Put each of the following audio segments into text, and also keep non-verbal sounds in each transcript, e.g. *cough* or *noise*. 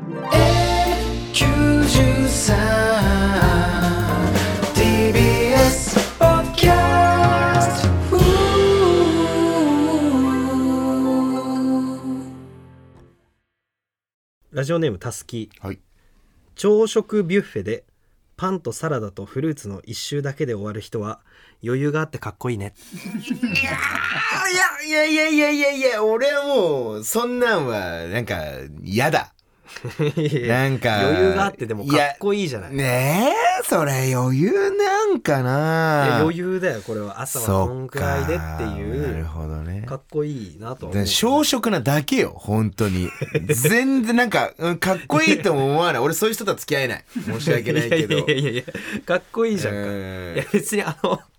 93 TBS ポッドキャストラジオネームたすきはい。朝食ビュッフェでパンとサラダとフルーツの一周だけで終わる人は余裕があってかっこいいねいやいやいやいやいや、俺はもう、そんなんは、なんか、嫌だ。 *laughs* なんか。余裕があってでもかっこいいじゃないやねえ、それ余裕なんかいなや余裕だよこれは朝はこんくらいでってそかないうるほどね。かっこいいなとはだ思かうら小食なだけよ、本当に。全然なんか、うんかっこいいとも思わない。俺そういう人とは付き合えない。申し訳ないけど。いやいやいやいやかっこいいじゃんか、うんいや別にあの *laughs*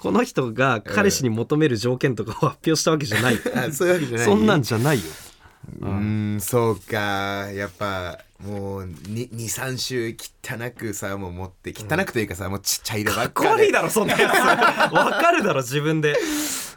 この人が彼氏に求める条件とかを発表したわけじゃない、 *laughs* あそういうわけじゃない。そんなんじゃないようーん、そうか。やっぱ、もう、に、2、3週汚くさ、もう持って、汚くというかさ、もうちっちゃい色ばっかっかこいりいだろそんなやつわかるだろ自分で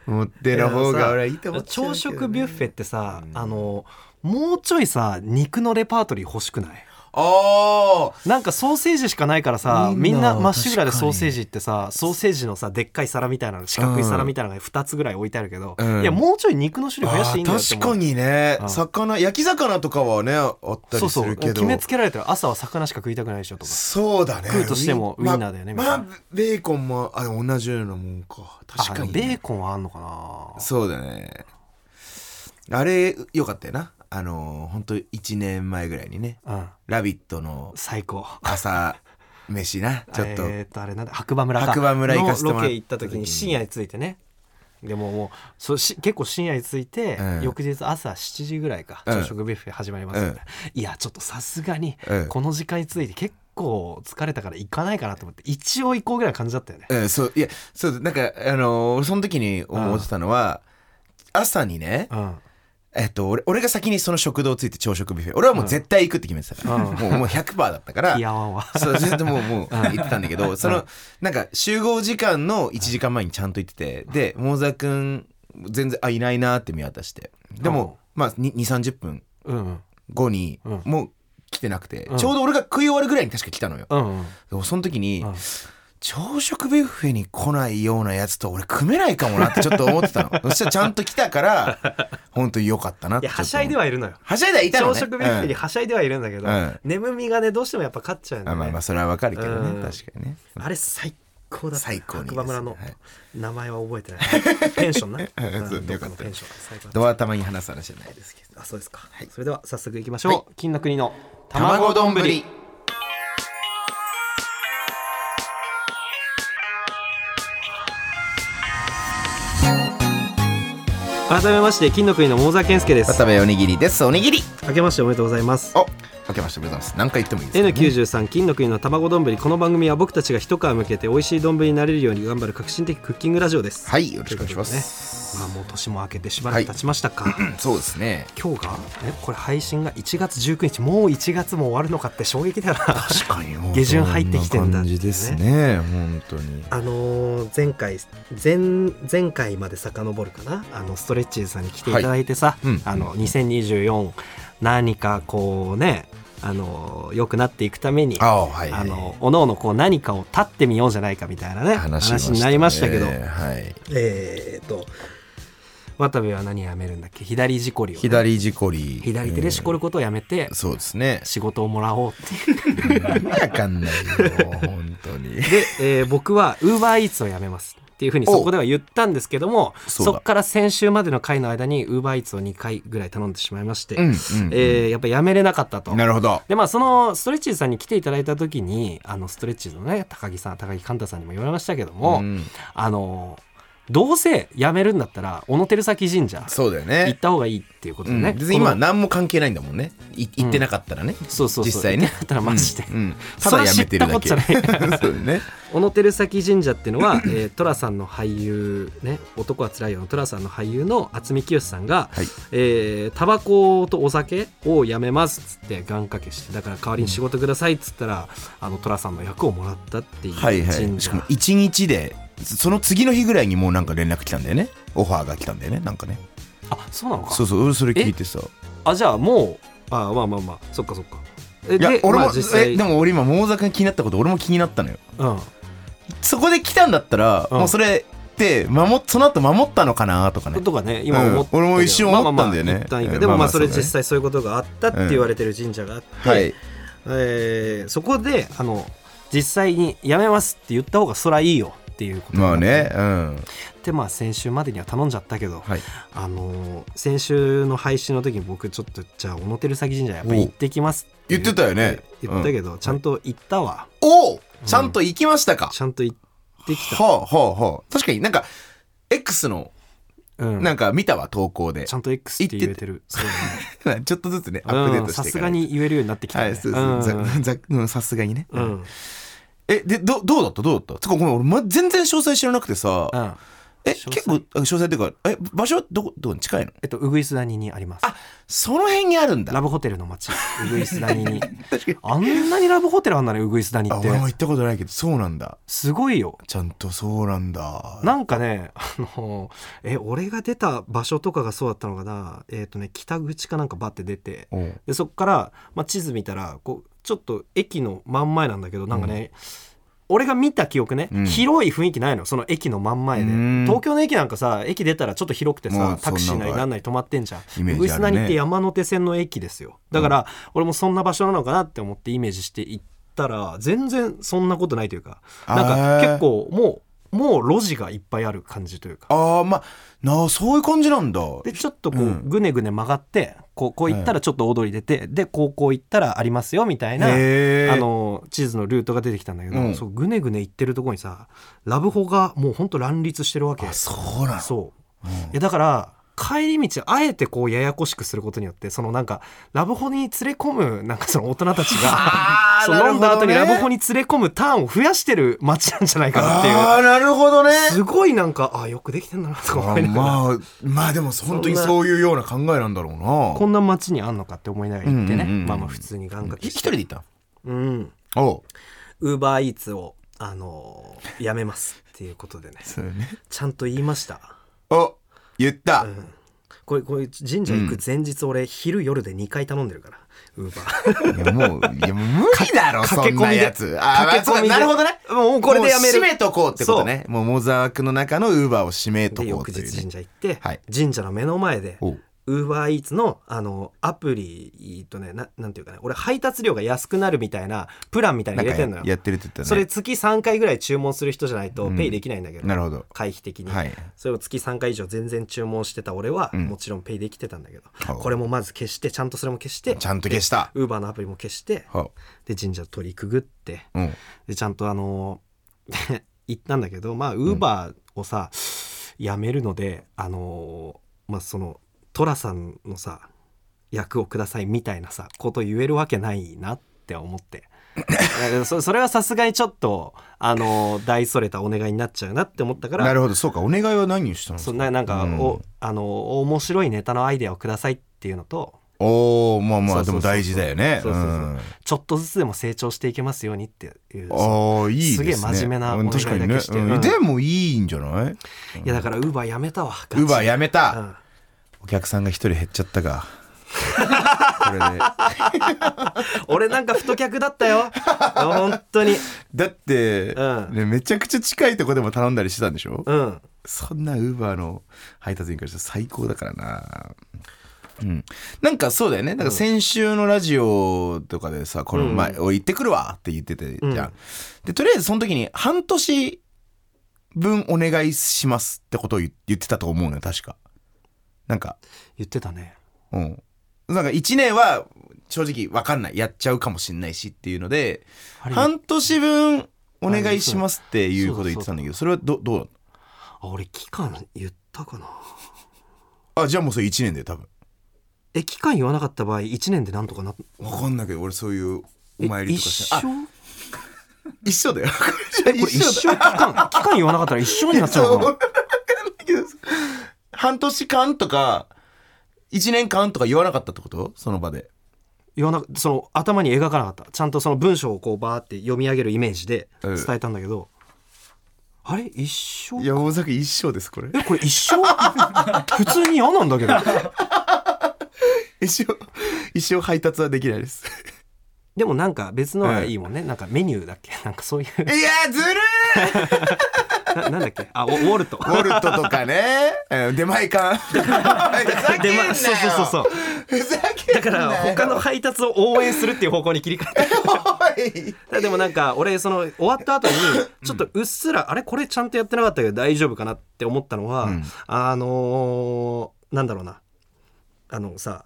持ってる方が俺はいいと思っちゃうけどね朝食ビュッフェってさ、あのもうちょいさ肉のレパートリー欲しくないあーなんかソーセージしかないからさみんなうんまっしぐらでソーセージってさソーセージのさでっかい皿みたいなの四角い皿みたいなのが2つぐらい置いてあるけど、うんいやもうちょい肉の種類増やしていいんだよあってー思う確かにね、うん魚、焼き魚とかはね、あったりそすうそうるけど。決めつけられたら朝は魚しか食いたくないでしょとかそうだね。食うとしてもまウインナーだよねみたいまなあ、ベーコンも、あ、でも同じようなもんか。確かあでもにベね、ーコンはあんのかなそうだね。あれ、よかったよな。あの、本当1年前ぐらいにね、うんラビットの最高朝飯なちょっと、えー、 *laughs* とあれなんだ白馬村か白馬村行かせてもらっのロた時にケ行った時に深夜に着いてねでももうそうし結構深夜に着いて、うん翌日朝7時ぐらいかうん朝食ビュッフェ始まりますみたいな、いやちょっとさすがにうんこの時間に着いて結構疲れたから行かないかなと思って一応行こうぐらいの感じだったよねうん、そういやそうなんかあのーその時に思ってたのは、朝にね、うんえっと、俺俺が先にその食堂ついて朝食ビュッフェ俺はもう絶対行くって決めてたから、うんもうもう100%だったからいやわんわそうそれでもうも *laughs* う行ってたんだけどそのなんか集合時間の1時間前にちゃんと行っててで桃沢君全然あいないなって見渡してでも、まあ2 3 0分うんうん後に、うんもう来てなくて、んちょうど俺が食い終わるぐらいに確か来たのよ、うんうんでもその時に、うん朝食ビュッフェに来ないようなやつと俺組めないかもなってちょっと思ってたのそ *laughs* したらちゃんと来たから本当に良かったなっいてやはしゃいでははいるのよはしゃいではいたの、ね、朝食ビュッフェにうんはしゃいではいるんだけど、うん眠みがねどうしてもやっぱ勝っちゃうんだあよね、まあまあそれはわかるけどね、うん確かにねあれ最高だった。最高にいいです白馬村のはい名前は覚えてない。ペンションな。ん *laughs* そううんどよこかのったペンション。最高だドはたまに話す話じゃないですけどあ、そうですか。それでは早速行きましょう。はい金の国の卵卵丼。丼改めまして金の国の桃沢健介です。渡部おにぎりですおにぎり明けましておめでとうございます。お明けましておめでとうございます何回言ってもいいですか、ね、 N93 金の国の卵丼この番組は僕たちが一皮向けて美味しい丼になれるように頑張る革新的クッキングラジオですはいよろしくお願いします、ということでねまあもう年も明けてしばらく経ちました *laughs* か、そうですね今日がえこれ配信が1月19日もう1月も終わるのかって衝撃 *laughs* だな確かにもう下旬入ってきてんだそな感じですね本当にあのー前回前前回まで遡るかなあのストレッチーズさんに来ていただいてさ、はいうんあの2024何かこうねあのー良くなっていくためにあはい、はい、あのおのおのこう何かを立ってみようじゃないかみたいなね話し話ましたねになりましたけどはい、えーっと渡部は何やめるんだっけ左事故りをね、左事故り左手でしこることをやめてそうですね仕事をもらおうっていうわかんないよ本当にで、えー僕はウーバーイーツをやめますっていうふうにおそこでは言ったんですけどもそそうだこから先週までの回の間にウーバーイーツを2回ぐらい頼んでしまいまして、うんうんうんえーやっぱやめれなかったと。なるほどでまあ、そのストレッチーズさんに来ていただいた時にあのストレッチーズのね高木さん高木寛太さんにも言われましたけども、うんあのどうせ辞めるんだったら小野照崎神社そうだよ行っね、た方がいいっていうことうでん、ね、別に今この何も関係ないんだもんねい行ってなかったらね、そうそうそう実際ね行ってなかったらマジでうんうんそたれはだやめてるだけ知ったこ *laughs* そうだよね小野照崎神社っていうのは、 *laughs* えー、寅さんの俳優ね男はつらいよの寅さんの俳優の渥美清さんが、はいえータバコとお酒をやめますっつって願掛けしてだから代わりに仕事くださいっつったら、あの寅さんの役をもらったっていう神社、はい *laughs* はいしかも1日でその次の日ぐらいにもうなんか連絡来たんだよねオファーが来たんだよねなんかねあそうなのかそうそう俺それ聞いてさあじゃあもうあまあまあまあそっかそっかえいやで俺も、まあ、実際えでも俺今桃沢君気になったこと俺も気になったのようん、そこで来たんだったら、うんもうそれって守っその後守ったのかなとかねとかね今思ったけど、うん俺も一瞬思ったんだよねまあまあまあ一旦いいかうんでもままああそれそうだね実際そういうことがあったって言われてる神社があって、はいえーそこであの実際にやめますって言った方がそらいいよっていうことにまあなってねうんでまあ先週までには頼んじゃったけど、はいあのー先週の配信の時に僕ちょっとじゃあ小野照崎神社やっぱり行ってきます言ってたよね言ったけど、ちゃんと行ったわおおちゃんと行きましたか、ちゃんと行ってきた、はあはあはあ確かになんか X のうん、なんか見たわ投稿で、ちゃんと X って言えてるそうだね *laughs* ちょっとずつねアップデーうんトしさていすかがないとに言えるようになってきたはねいそううそんうざざうんさすがにねうんうんえでどどうだったどうだったつうかごめん俺ま全然詳細知らなくてさうんえ詳細結構あ詳細っていうかえ場所はどこどこに近いのえっと、うぐいす谷にあります。その辺にあるんだラブホテルの街、うぐいす谷に。あんなにラブホテルあんだね、うぐいす谷あっ俺も行て。ったことないけどそうなんだすごいよ。ちゃんとそうなんだなんかね、あの、え、俺が出た場所とかがそうだったのかな。えっ、とね、北口かなんかバって出て、おうで、そっから、まあ、地図見たら、こう、ちょっと駅の真ん前なんだけど、なんかね、俺が見た記憶ね、うん広い雰囲気ないのその駅の真ん前でうん東京の駅なんかさ駅出たらちょっと広くてもうそんさなタクシーなりなんなり止まってんじゃんイメージあるねうぐいす谷って山手線の駅ですよだから俺もそんな場所なのかなって思ってイメージして行ったら全然そんなことないというかなんかあー結構もうもう路地がいっぱいある感じというかああまあなあそういう感じなんだでちょっとこううんぐねぐね曲がってこうこう行ったらちょっと踊り出てで高校行ったらありますよみたいなへーあの地図のルートが出てきたんだけど、うんそうぐねぐね行ってるとこにさラブホがもうほんと乱立してるわけあそうなのそう、いやだから帰り道あえてこうややこしくすることによってそのなんかラブホに連れ込むなんかその大人たちが *laughs* あーそうなる飲んほどだね後にラブホに連れ込むターンを増やしてる街なんじゃないかなっていうあーなるほどねすごいなんかあーよくできてんだなとか思いながら、まあまあでも本当にそんなそういうような考えなんだろうこなんな街にあんのかって思いながら行ってね、うんうんうんまあまあ普通に願掛け一し人てで行ったうんのおうウーバーイーツをあのーやめますっていうことでねそうねちゃんと言いましたお言った、これこれ神社行く前日俺、昼夜で2回頼んでるからウーバ *laughs* ーいやもういやもう無理だろそんなやつあ駆け込みでまあそうなるほどねもうこれでやめるもう締めとこうってことねもうモザークの中のウーバーを締めとでこう翌という日ね神社行って、はい神社の目の前でおうウーバーイーツのあのアプリえーっとねななんていうかね俺配達料が安くなるみたいなプランみたいななんの入かれてんのよやってるって言ったねそれ月3回ぐらい注文する人じゃないとペイできないんだけど、なるほど回避的に、はいそれを月3回以上全然注文してた俺は、んもちろんペイできてたんだけどほうこれもまず消してちゃんとそれも消してちゃんと消したウーバーのアプリも消してはで神社取りくぐってあうんでちゃんとあの *laughs* ー行ったんだけどまあウーバーをさ、やめるのであのーまあその寅さんのさ役をくださいみたいなさこと言えるわけないなって *laughs* 思って。だからそそれはさすがにちょっとあのー大それたお願いになっちゃうなって思ったからなるほどそうかお願いは何をしたのそんななんか、うんおあの面白いネタのアイデアをくださいっていうのとおおまあまそあうでそうそうも大事だよねそうそうそうちょっとずつでも成長していけますようにっていうああーいいですねすげえ真面目なうん確かにねお願いだけしてうんうんでもいいんじゃないウいやだからウーバーやめたわガチーバーやめた、うんお客さんが一人減っちゃった *laughs* かこれで俺なんか太客だったよ本当にだって、うんねめちゃくちゃ近いとこでも頼んだりしてたんでしょ、うんそんなウーバーの配達員からしたら最高だからなうん、なんかそうだよねなんか先週のラジオとかでさ「この前、おい行ってくるわ」って言っててじゃん、うんでとりあえずその時に半年分お願いしますってことを言言ってたと思うのよ確かなんか言ってたねうん。なんか1年は正直わかんない。やっちゃうかもしんないしっていうので、あれ半年分お願いしますっていうこと言ってたんだけど、それはど、どうだっああ俺期間言ったかなあじゃあもうそれ1年で多分え期間言わなかった場合1年でなんとかなわかんないけど俺そういうおえ参りとか一して生あ一緒だよえ *laughs* これ一生 *laughs* 期間期間言わなかったら一生になっちゃうのかな半年間とか1年間とか言わなかったってことその場で言わなその頭に描かなかったちゃんとその文章をこうバーって読み上げるイメージで伝えたんだけど、あれ一生いや大崎一生ですこれえこれ一生 *laughs* 普通に嫌なんだけど一生一生配達はできないですでもなんか別のはいいもんね、なんかメニューだっけ *laughs* なんかそういういやずるいななんだっけあウォウォルトウォルトとかねうん出前館ふざけんでなまよあそうそうそうそうふざけんなだから他の配達を応援するっていう方向に切り替えおいたでもなんか俺その終わった後にちょっとうっすら、あれこれちゃんとやってなかったけど大丈夫かなって思ったのは、うんあのーなんだろうなあのさ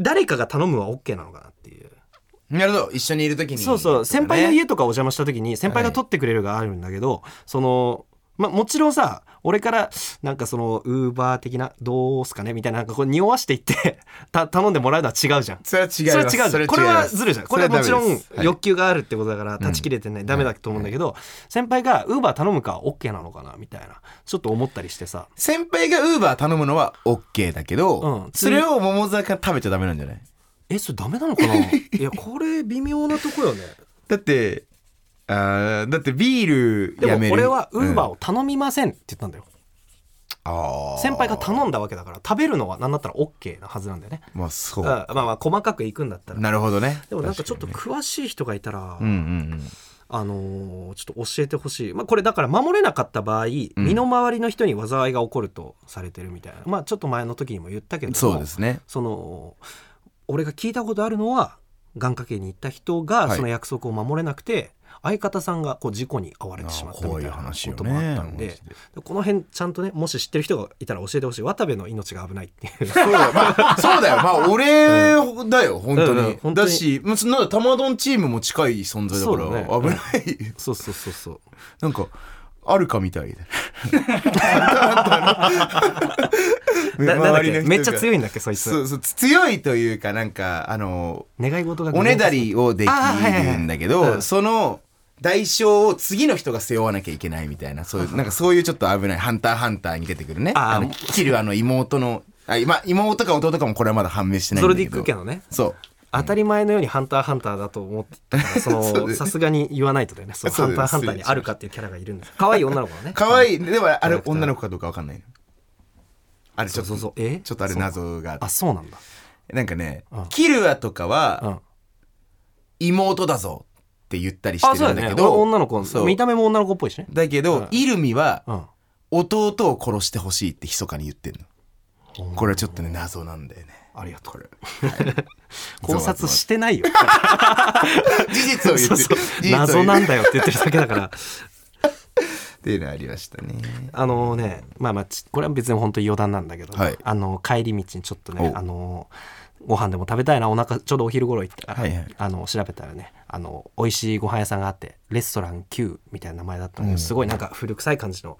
誰かが頼むは OK なのかなっていうなるほど一緒にいるときにそうそう先輩のね家とかお邪魔した時に先輩が取ってくれるがあるんだけど、そのまあもちろんさ俺からなんかそのウーバー的などうすかねみたいななんかこう匂わしていって *laughs* た頼んでもらうのは違うじゃん。それは違いそれます違うじゃんこれはずるじゃんこれはもちろん欲よ求があるってことだから断ち切れてない、ダメだと思うんだけど、先輩がウーバー頼むか OK なのかなみたいなちょっと思ったりしてさ先輩がウーバー頼むのは OK だけど、うんそれを桃沢が食べちゃダメなんじゃないえそれダメなのか *laughs* ないやこれ微妙なとこよねだってあーだってビールでやめもる俺はウーバーを、を頼みませんって言ったんだよ、あー先輩が頼んだわけだから食べるのは何だったら OK なはずなんだよねまあそううんまあまあ細かくいくんだったらなるほどねでもなんかちょっと確詳しい人がいたら、かにねうんうんあのーちょっと教えてほしい、まあ、これだから守れなかった場合、身の回りの人に災いが起こるとされてるみたいなまあちょっと前の時にも言ったけうどんもそうです *laughs* ねその俺が聞いたことあるのは願掛けに行った人がはいその約束を守れなくて、相方さんがこう事故に遭われてしまったみたいなあー怖い話こよねともあったんで,、マジでこの辺ちゃんとねもし知ってる人がいたら教えてほしい渡部の命が危ないって *laughs* いうそうだよまあそうだよまあ俺だよ本当うんうんに,、本当にだしまあそんなの玉丼チームも近い存在だからそうだね危 *laughs* ない、そうそうそうそうなんかあるかみた *laughs* いでななんだっ *laughs* 周りの人けがめっちゃ強いんだっけそいそつうそう強いというかなんかあの願い事がおねだりをできあーはいはいはいるんだけど、うんその代償を次の人が背負わなきゃいけないみたいなそういうなんかそういうちょっと危ない「ハンターハンター」に出てくるねあーあのキルアの妹のあ今妹か弟かもこれはまだ判明してないゾんロだデけィッどク家のねそう当たり前のようにハンターハンターだと思ってたから *laughs* そそうのですさすがに言わないとだよねそうそハうンですターハンターにあるかっていうキャラがいるんです可愛い女の子のね可愛いでもあキャラれクター女の子かどうかわかんないのあれちょっとそうそうそうえちょっとあれ謎があってあそうなんだなんかね、うんキルアとかうんはあ妹だぞって言ったりしてそうだるよんだねけど、お女の子そう見た目も女の子っぽいしねだけど、イルミはうん弟を殺してほしいって密かに言ってんの。これはちょっとね謎なんだよね。ありがとうこれ *laughs* 考察してないよ事実を言ってる *laughs* そうそう事実を言ってる *laughs* 謎なんだよって言ってるだけだからっていうのありましたね。 *laughs* あのねまあまあちこれは別に本当に余談なんだけど、はいあの帰り道にちょっとねおあのご飯でも食べたいなお腹ちょうどお昼頃行ったから、はいはいあの調べたらねあの美味しいご飯屋さんがあってレストラン Q みたいな名前だったんで、すごいなんか古臭い感じの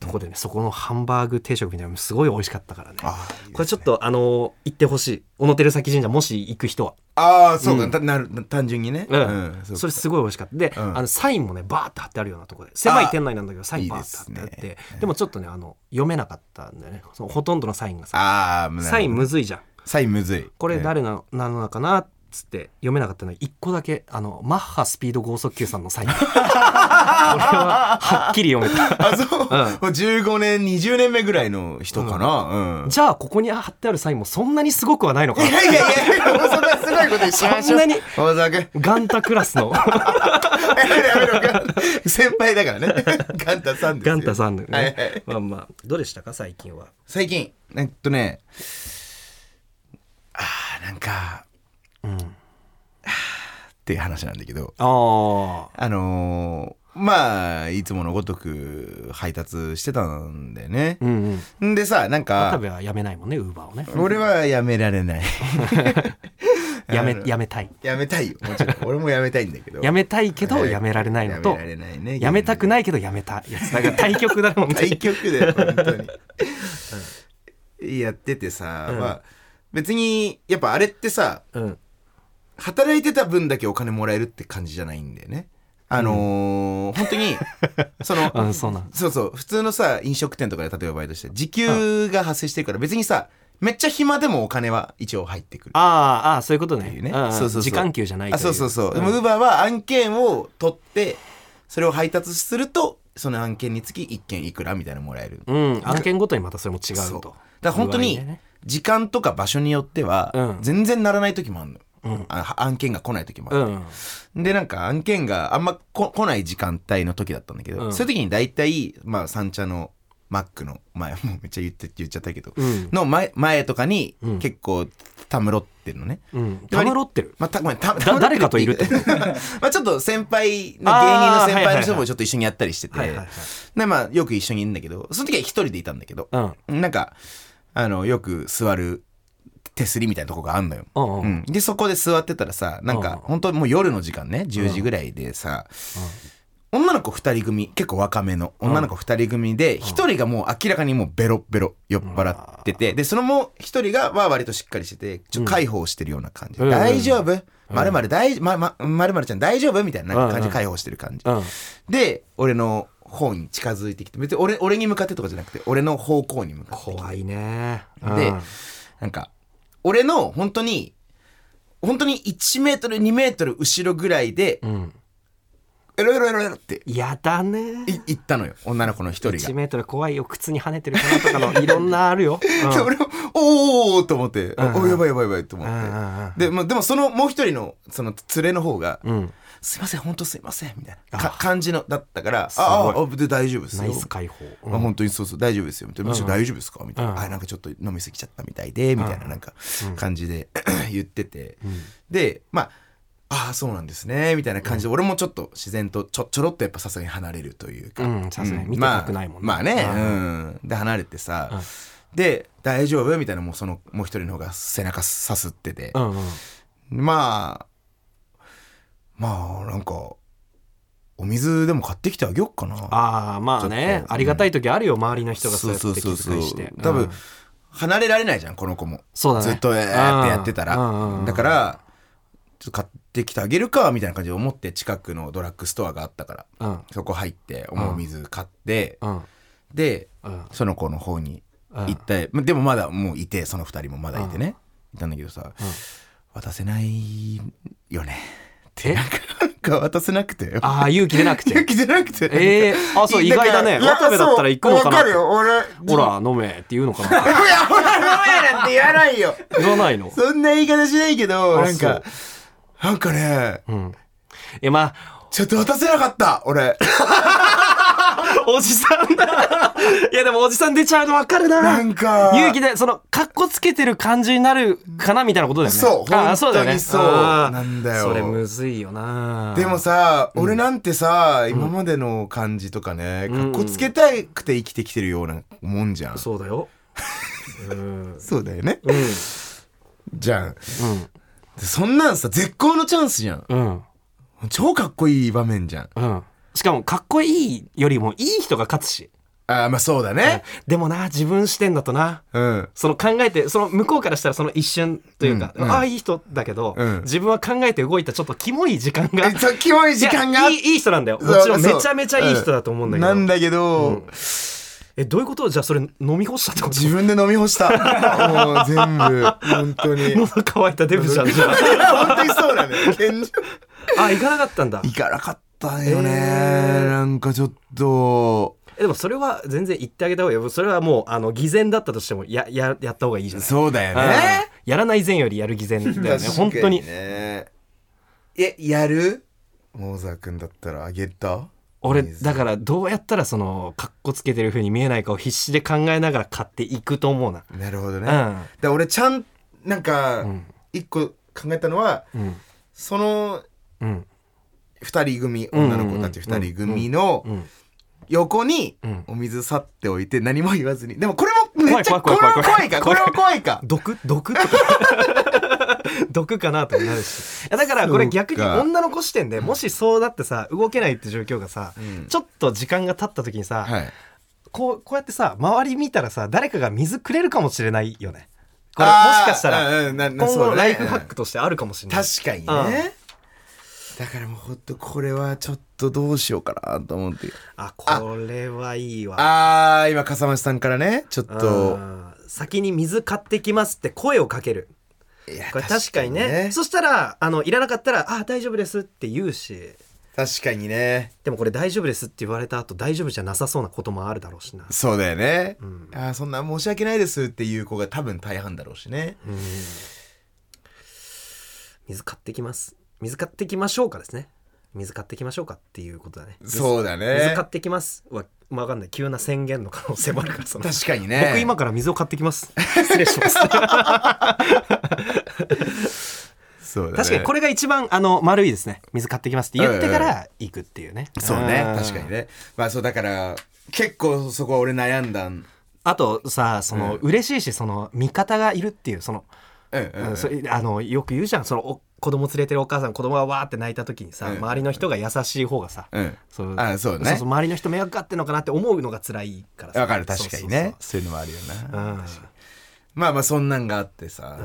とこでね、そこのハンバーグ定食みたいなのもすごい美味しかったからねあーいいですねこれちょっとあの行ってほしい小野照崎神社もし行く人は、ああそうか、たなる単純にね。うんそうそかれすごい美味しかったで、んあのサインもねバーって貼ってあるようなところで狭い店内なんだけどサインバーって貼ってあっていいで,、もちょっとねあの読めなかったんだよねそのほとんどのサインがさああサインむずいじゃんサインむずい。これ誰な,、なのかなっつって読めなかったのに1個だけあのマッハスピード剛速球さん *laughs* のサインこれははっきり読めたあそう、もう15年20年目ぐらいの人かな。うん。じゃあここに貼ってあるサインもそんなにすごくはないのかいやいやいやもうそんなすごいことにしましょう。そんなに大沢君ガンタクラス *laughs* のやめろやめろ先輩だからね。 *laughs* ガンタさんですガよ。ンタさんのね、はいはいまあまあどうでしたか最近は最近、えっとね、あーなんか、うん、っていう話なんだけど、ああのーまあ、いつものごとく配達してたんだよねう。んうんん、でさ、なん渡か、部はやめないもんねウーバーをね俺はやめられない。やあめのやめたい *laughs* やめたいよもちろん俺もやめたいんだけどやめたいけどはいやめられないのとやめられないねやめたくないけどやめたいやつなんか対局だもん対ね局で本当にうんやっててさ、うんまあ別にやっぱあれってさうん働いてた分だけお金もらえるって感じじゃないんだよねあのー本当 *laughs* にそのうんそうなんそうそう普通のさ飲食店とかで例えばバイトして時給が発生してるから別にさめっちゃ暇でもお金は一応入ってくるああああそういうことっていねうねうんうんそうそうそう時間給じゃないとあいそうそうそう、でんもウーバーは案件を取ってそれを配達するとその案件につき1件いくらみたいなのもらえる、うん案件ごとにまたそれも違そううだとから本当に具合でね時間とか場所によってうはん全然ならない時もあるの、うんあ案件が来ない時もあうる、んでなんか案件があんまこ来ない時間帯の時だったんだけど、うんそういう時に大体、まあ、三茶のマックの前もうめっちゃ言って言っちゃったけど、うんの前前とかにうん結構たむろってるのね、うんたまろってるまあ、たごめんただ誰かといるってこ *laughs* まあちょっと先輩の芸人あーの先輩の人はいはいはもいちょっと一緒にやったりしてて、はいはいはいでまあよく一緒にいるんだけどその時は一人でいたんだけど、うんなんかあのよく座る手すりみたいなとこがあんのよ、うんうんうんでそこで座ってたらさなんうんか本当もう夜の時間ね10時ぐらいでさ、女の子2人組結構若めの女の子2人組で1人がもう明らかにもうベロベロ酔っ払っててでそのもう1人がは割としっかりしててちょっと解放してるような感じでうん大丈夫まるまる大まままるまるちゃん大丈夫みたいななんか感じうでん解放してる感じうんで俺の方に近づいてきて別に俺俺に向かってとかじゃなくて俺の方向に向かってきて怖いねうんでなんか俺の本当に本当に1メートル2メートル後ろぐらいでうんエロエロエロエロってやだねい言ったのよ女の子の1人が1メートル怖いよ靴に跳ねてるかなとか *laughs* のいろんなあるよ、うんで俺もおーおーおーと思って、んうんおやばいやばいやばいと思うんうんうんって、でまあ、でもそのもう一人のその連れの方が、うん、すいません本当すいませんみたいなか感じのだったからごいあああで大丈夫ですよナイス解放、うんあ本当にそうそう大丈夫ですよみたいなむしろ大丈夫ですかみたいな、うんあなんかちょっと飲み過ぎちゃったみたいでみたいななんか感じで *laughs* 言ってて、でまあああそうなんですねみたいな感じで、俺もちょっと自然とちょちょろっとやっぱさすがに離れるというかうんさすがに見てたくないもんねまあ、まあね、うん、で離れてさ、で大丈夫みたいなもうそのもう一人の方が背中さすってて、うんうんまあまあなんかお水でも買ってきてあげよっかなああまあねちょっとありがたい時あるよ周りの人がそうやって気遣いして多分、うん離れられないじゃんこの子もそうだねずっとえーってやってたら、うんうんうんだからちょっと買ってきてあげるかみたいな感じで思って近くのドラッグストアがあったから、うんそこ入って思う水買って、うんで、うんその子の方に行って、までもまだもういてその2人もまだいてね、いたんだけどさ、渡せないよねってえなんかなんか渡せなくてああ勇気出な *laughs* くて来てなくてえーあそう意外だねいや渡部だったら行くのそかなうわかるよ俺ほら飲めって言うのかない *laughs* や、ほら、飲めなんて言わないよ。言わないの *laughs* そんな言い方しないけど、あなんか、なんかね、うんえまあちょっと渡せなかった、俺。おじさんだいやでもおじさん出ちゃうの分かるななんか、勇気でそのかっこつけてる感じになるかなみたいなことだよねそうあーそうだ本よ当ねにそうあーなんだよそれむずいよなでもさ、俺なんてさ、今までの感じとかね、うかんっこつけたくて生きてきてるようなもんじゃん。そうだようんそうだよね。うんじゃん。でそんなんさ、絶好のチャンスじゃん。うんうん超かっこいい場面じゃん。うんしかもかっこいいよりもいい人が勝つしあーまあそうだね。でもな自分視点だとなうん。その考えてその向こうからしたらその一瞬というか、うんうんああいい人だけど、うん自分は考えて動いたちょっとキモい時間がえ、そう、キモ *laughs* い時間があっいやいいいい人なんだよもちろんめちゃめちゃいい人だと思うんだけど、なんだけど、えどういうことじゃあそれ飲み干したってこと自分で飲み干した。もう全部、本当に。喉乾いたデブじゃんじゃ本当にそうだね。健常ああ行かなかったんだいかなかったよね、えーなんかちょっと。えでもそれは全然言ってあげた方がいいよそれはもうあの偽善だったとしてもやややった方がいいじゃないそうだよね。うんやらない善よりやる偽善だよ確ねか本当にねえ、やるモーザー君だったらあげた俺水だからどうやったらそのかっこつけてる風に見えないかを必死で考えながら買っていくと思うななるほどね。うんで俺ちゃん、なんか、一個考えたのは、うんそのうん二人組、女の子たち二人組のんうんうん、横にんお水去っておいて何も言わずに。でもこれもめっちゃ、怖い怖い怖い怖いこれも怖いか、これも怖いか。毒毒とか *laughs* 毒かなとなるしいやだからこれ逆にそうか女の子視点でもしそうなってさ動けないって状況がさ、んちょっと時間が経った時にさ、はいこうこうやってさ周り見たらさ誰かが水くれるかもしれないよねこれもあーしかしたらうんうんな今なそうだ後ねライフハックとしてあるかもしれない、確かにね、だからもうほんとこれはちょっとどうしようかなと思ってあこれはいいわあー今笠間さんからねちょっとうん先に水買ってきますって声をかけるいやこれ確かにねそしたらあのいらなかったら「あ大丈夫です」って言うし確かにねでもこれ「大丈夫です」って言われた後大丈夫じゃなさそうなこともあるだろうしなそうだよね、あーそんな申し訳ないですっていう子が多分大半だろうしね、水買ってきます水買ってきましょうかですね水買ってきましょうかっていうことだねそうだね水買ってきますはわかんない急な宣言の可能性もあるからその確かにね僕今から水を買ってき *laughs* ます失礼します確そうだねかにこれが一番あの丸いですね水買ってきますって言ってから行くっていうねそうねん確かにねまあそうだから結構そこは俺悩んだんあとさその、嬉しいしその味方がいるっていうその、うんうんうんそれあのよく言うじゃんそのお子供連れてるお母さん子供がわーって泣いた時にさ、うん周りの人が優しい方がさ、うんそうあそうねそう周りの人迷惑かかってんのかなって思うのが辛いからさわかる確かにねそういうのもあるよな、まあまあそんなんがあってさ、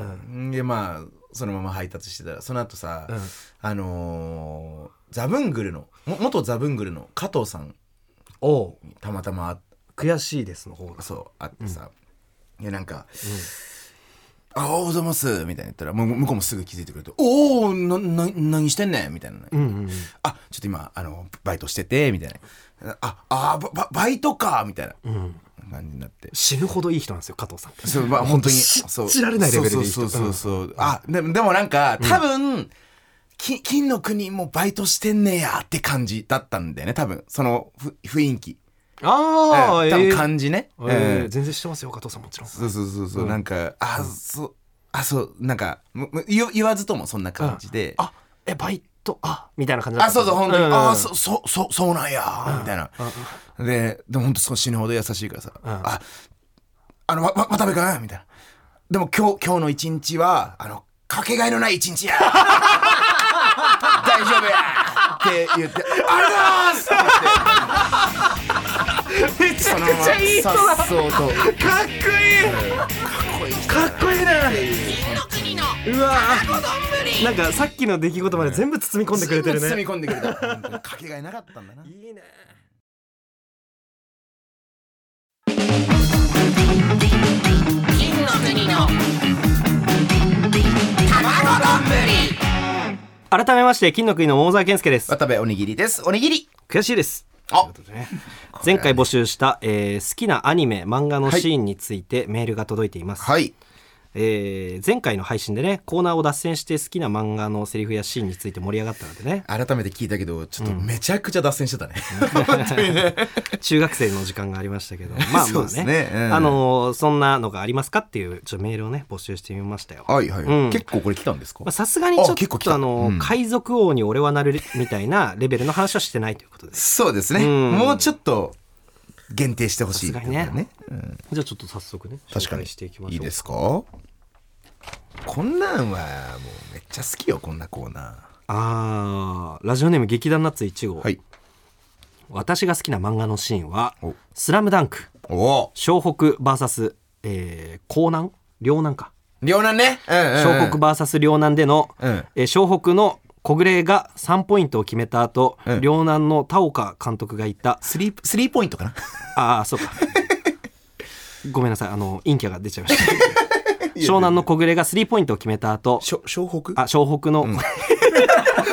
でまあそのまま配達してたらその後さ、んあのーザブングルのも元ザブングルの加藤さんおおうにたまたま会っ悔しいですの方がそうあってさ、いやなんか「あおはようございます」みたいな言ったらもう向こうもすぐ気づいてくれて「おおなな何してんねん」みたいな、あちょっと今あのバイトしてて」みたいな「ああバババイトか」みたいな感じになって。死ぬほどいい人なんですよ加藤さんってそうまあ本当に信そうじられないレベルでいいそ人うそうそうそうあでもでもなんか多分、き金の国もバイトしてんねやって感じだったんだよね多分そのふ雰囲気あうんー多え分ー感じね、えーうん全然知ってますよ加藤さんもちろんそうそうそうそう、なんかあそうあそうなんかむむ言言わずともそんな感じで、あえバイトあみたいな感じだっあたそうそう本当に、んんあそそそそうなんやみたいな、ででも本当そう死ぬほど優しいからさ、ああのわわ渡部君みたいなでも今日今日の一日はあのかけがえのない一 *laughs* 日や大丈夫やって言って「ありがとうございます!」めちゃくちゃいい人ださっそうとかっこいいかっこいいなうわーなんかさっきの出来事まで全部包み込んでくれてる包みね込んでくれた *laughs* 本当にかけがえなかったんだないいね改めまして金の国の桃沢健介です渡部おにぎりですおにぎり悔しいですあ前回募集した、えー好きなアニメ漫画のシーンについてメールが届いています、はいえー前回の配信でねコーナーを脱線して好きな漫画のセリフやシーンについて盛り上がったので *laughs* ね改めて聞いたけどちょっとめちゃくちゃ脱線してたね、中学生の時間がありましたけどまあそうまであすねねうんあのーそんなのがありますかっていうちょっとメールをね募集してみましたよ。 *laughs* はいはい、うん結構これ来たんですかまあさすがにちょあっ結構来とたあのーうん海賊王に俺はなるみたいなレベルの話はしてないということです。そうですね、うんもうちょっと限定してほしいさすがにねってことだうんじゃあちょっと早速ね確かに紹介していきましょういいですかこんなんはもうめっちゃ好きよこんなコーナあーラジオネーム劇団ナッツ1号、ーはい私が好きな漫画のシーンはお「スラムダンクおお湘北 VS、えー、江南両南か両南ねうんうんうん湘北 VS 両南での、うんえー湘北の小暮が3ポイントを決めた後、うん両南の田岡監督が言ったスリースリーポイントかなああそうかごめんなさいあの陰キャが出ちゃいました湘南の小暮がスリーポイントを決めた後しょ湘北あ湘北の、 *laughs*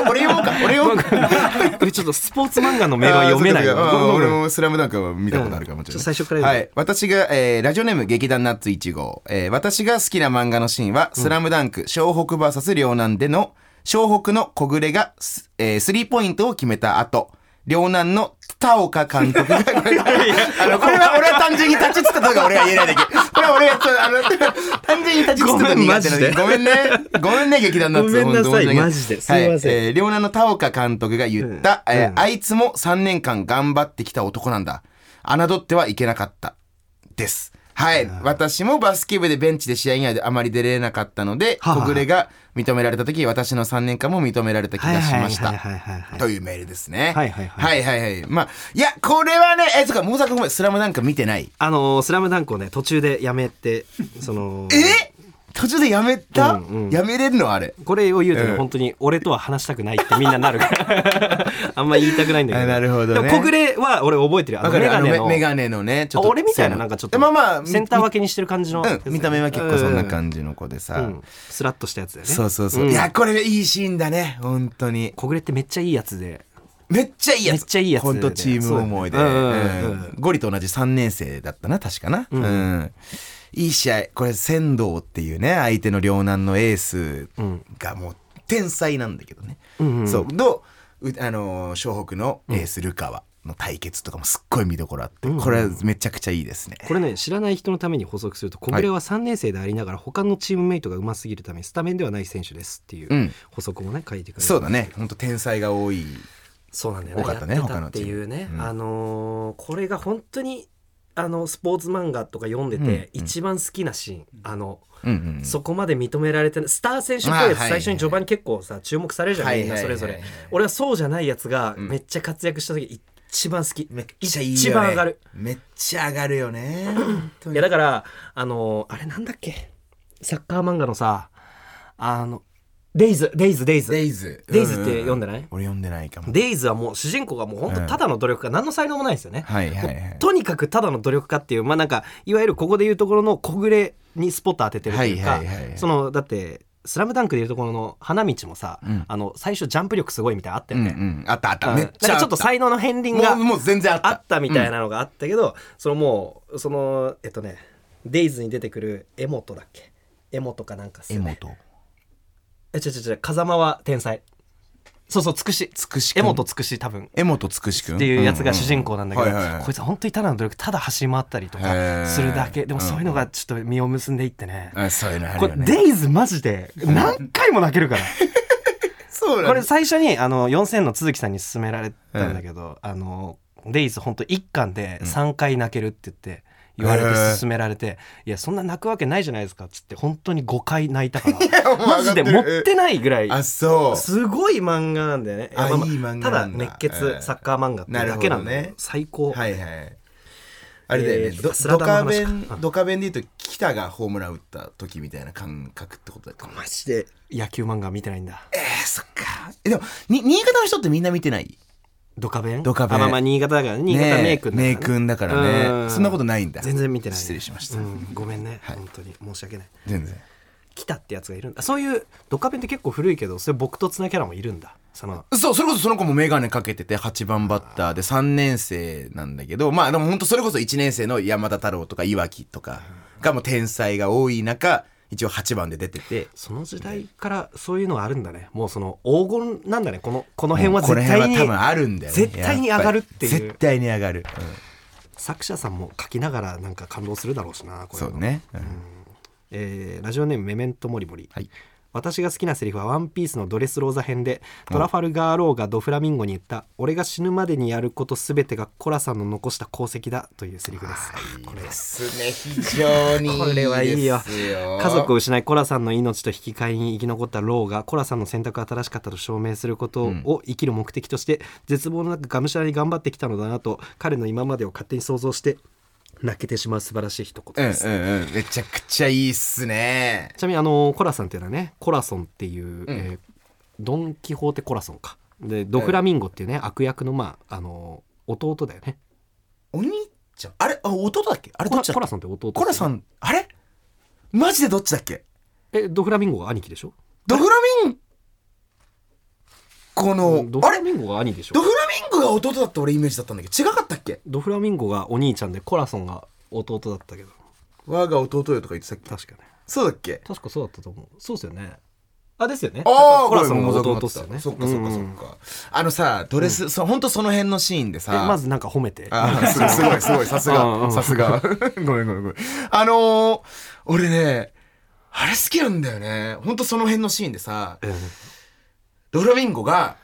俺読もうか俺読もうかこれちょっとスポーツ漫画のメールは読めないあよーそうかそうかごあーめ俺んごめんもスラムダンクは見たことあるかもしれない。うんちょっと最初から読むはい。私が、えーラジオネーム劇団ナッツ1号。えー私が好きな漫画のシーンは、スラムダンク、湘北 VS 両南での、湘北の小暮がス、えースリーポイントを決めた後、両南の田岡監督が、あの、これは俺は単純に立ちつったとか俺は言えないだけ。これは俺が、あの、単純に立ちつったとか苦手なだけごごめんね。ごめんね、劇団ナッツ。ごめんなさ本当い申し訳マジですいませんはいえー両南の田岡監督が言った、えーあいつも3年間頑張ってきた男なんだ。侮ってはいけなかった。です。はい、私もバスケ部でベンチで試合以外であまり出れなかったので、はあはあ小暮が認められた時私の3年間も認められた気はいがしはいました、はいはいはいはいというメールですね。はいはいははい。はいはいはいまあ、いや、これはね、え、そっか、もうさごめん、スラムなんか見てない。あのースラムダンクをね途中でや *laughs* めてそのえ途中でやめた、うんうんやめれるのあれ。これを言うとね、うん本当に俺とは話したくないってみんななるから *laughs* あんま言いたくないんだけどあなるほどねでも小暮は俺覚えてるわあのかメるガあのネのメメガネのね、ちょっと。俺みたいななんかちょっとまあまあ、センター分けにしてる感じの、うん、見た目は結構そんなじ、感じの子でさ、うんスラッとしたやつだよねそうそうそう、んいやこれいいシーンだね本当に小暮ってめっちゃいいやつでめっちゃいいやつめっちゃいいやつ本当チーム思いで、そうだねうんうんうんうんゴリと同じ3年生だったな確かな、うんいい試合これ仙道っていうね相手の両南のエースがもう天才なんだけどね、そうどううあのー湘北のエースルカワの対決とかもすっごい見どころあって、これはめちゃくちゃいいですね、これね知らない人のために補足すると小暮は3年生でありながら他のチームメイトがうますぎるためスタメンではない選手ですっていうんう補足もね書いてくれてそうだね本当天才が多いそうなんだよね多かったねやってたって他のチームいうね、うんあのーこれが本当にあのスポーツ漫画とか読んでて一番好きなシーン、あのうんうんうんそこまで認められてないスター選手っぽいやつあはい最初に序盤に結構さ注目されるじゃん、はいみんなそれぞれ、はいはいはい俺はそうじゃないやつがんめっちゃ活躍した時一番好き、めっちゃいいよ、ね、一番上がるめっちゃ上がるよ *clears throat* ねいやだからあのーあれなんだっけサッカー漫画のさあのデイズデイズデイズデイズデイズって読んでない俺読んでないかもデイズはもう主人公がもう本当ただの努力家、何の才能もないんですよね、はいはいはいとにかくただの努力家っていうまあなんかいわゆるここでいうところの小暮にスポット当ててるというか、はいはいはいはいそのだって「スラムダンクでいうところの花道もさ、うんあの最初ジャンプ力すごいみたいなのあったうよんうね、んあったあっうたんめっちなんゃかちょっと才能の片鱗もうがもう全然あったあったみたいなのがあったけど、そのもうそのえっとねデイズに出てくるエモトだっけエモトかなんかっす柄よね本え違う違う違う風間は天才そうそうつくしつくしエモトつくし多分柄本つくし君っていうやつが主人公なんだけど、うんうんはいはいはいこいつは本当にただの努力ただ走り回ったりとへーかするだけでもそういうのがちょっと実を結んでいってね、あそういうのあるこよれねデイズマジで何回も泣けるから。そうこれ最初にあの4000の都築さんに勧められたんだけど、あのデイズ本当一巻で3回泣けるって言って言われへてー勧められて、いやそんな泣くわけないじゃないですかっつって本当に5回泣 *laughs* いたからやもうマジで上が持ってるってないぐらいあそうすごい漫画なんだよねあいやまあいい漫画なんだただ熱血サッカー漫画っていうだけなんなるほだどよね最高、はいはいあれだよえね、ーどスドラダンカのベ話かンドカベンで言うと北がホームラン打った時みたいな感覚ってことだかマジで野球漫画見てないんだえー、そっかえでもに新潟の人ってみんな見てないドカベンドカベンあまあまあ新潟だからね新潟名君だからね名君だからうねんそんなことないんだ全然見てない失礼しましたうんごめんね、本当に申し訳ない全然来たってやつがいるんだそういうドカベンって結構古いけどそれ僕とつなキャラもいるんだそのそう、それこそその子もメガネかけてて、8番バッターで3年生なんだけど、まあでも本当それこそ1年生の山田太郎とか岩木とかがもう天才が多い中、一応8番で出てて、その時代からそういうのはあるんだねもうその黄金なんだねこのこの辺はもうこ絶の対辺はに多分あるんだよね。絶対に上がるっていうやぱり絶対に上がる。作者さんも書きながらなんか感動するだろうしなうこんれそうね。うんえーラジオネームメメントモリモリ、はい私が好きなセリフは「ワンピースのドレスローザ編でトラファルガー・ローがドフラミンゴに言った「俺が死ぬまでにやることすべてがコラさんの残した功績だ」というセリフですこれですね、非常にいいですよ。これはいいよ家族を失いコラさんの命と引き換えに生き残ったローがコラさんの選択が正しかったと証明することを生きる目的として、絶望の中がむしゃらに頑張ってきたのだなと彼の今までを勝手に想像して泣けてしまう素晴らしい一うん言うです、んうん。めちゃくちゃいいっすね。ちなみにあのコラさんっていうのはねコラソンっていう、えードン・キホーテ・コラソンかでドフラミンゴっていうね、悪役のまああの弟だよねお兄ちゃん、あれあ、弟だっけあれコどっラちだっけコラソンって弟コラさんん、あれマジでどっちだっけえドフラミンゴが兄貴でしょドフラミンゴの、ドあフれラミンゴが兄でしょドフラミンゴが弟だって俺イメージだったんだけど、違かったっけドフラミンゴがお兄ちゃんでコラソンが弟だったけど我が弟よとか言ってたっけ確かねそうだっけ確かそうだったと思うそうですよねあですよねああ、コラソンが弟っですよねそっかそっかそうんうっんか。あのさ、ドレス、そほんとその辺のシーンでさ、えまずなんか褒めてあーすごいすごいすごいさすうんうがんさすが *laughs* ごめんごめんごめんあのー、俺ねあれ好きなんだよねほんとその辺のシーンでさ、んドラミンゴが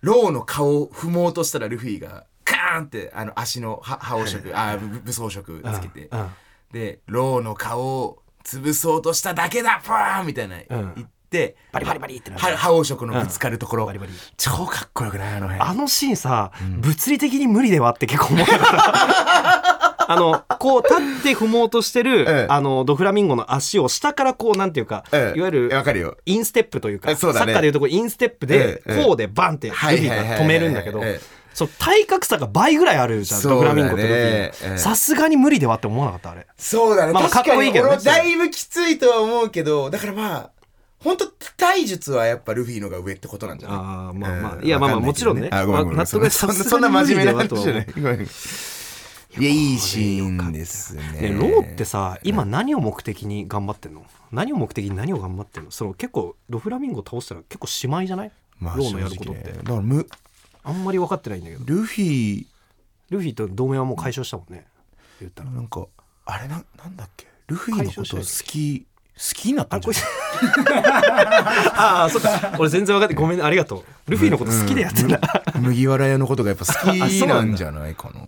ローの顔を踏もうとしたらルフィがカーンってあの足のは覇王色あーぶ武装色つけて、うんでローの顔を潰そうとしただけだプーンみたいなうん言って、バリバリバリってなるは覇王色のぶつかるところ、バリバリ超かっこよくないあの辺あのシーンさ、物理的に無理ではって結構 *laughs* 思ったからあのこう立って踏もうとしてる、ええあのドフラミンゴの足を下からこうなんていうか、ええいわゆるわかるよインステップというかえそうだねサッカーでいうとこインステップえで、えええこうでバンってはいはい指はいがはい止めるんだけど、ええそう体格差が倍ぐらいあるじゃん、そうドフだラねミンゴって時ええにさすがに無理ではって思わなかったあれそうだね、まあまあ確かかっこいにいけど俺ねはだいぶきついとは思うけどだからまあ本当体術はやっぱルフィのが上ってことなんじゃないあーまあまあうんいやまあまあわかもちろんねあごめんごめん納得そんなさすがにそんな真面目な無理で話はじとゃは思ないうごめんいやいいシーンですねね、ローってさ今何を目的に頑張ってんの何を目的に何を頑張ってんのその結構ドフラミンゴ倒したら結構しまいじゃない、まあローのやることっ正て、直ねだからむあんまり分かってないんだけどルフィルフィと同盟はもう解消したもんね言ったらなんかあれななんだっけルフィのこと好き好きになったんじゃない *laughs* ああそっか俺全然分かってごめんねありがとうルフィのこと好きでやってんだ、む麦わら屋のことがやっぱ好あきそうななんだんじゃないかな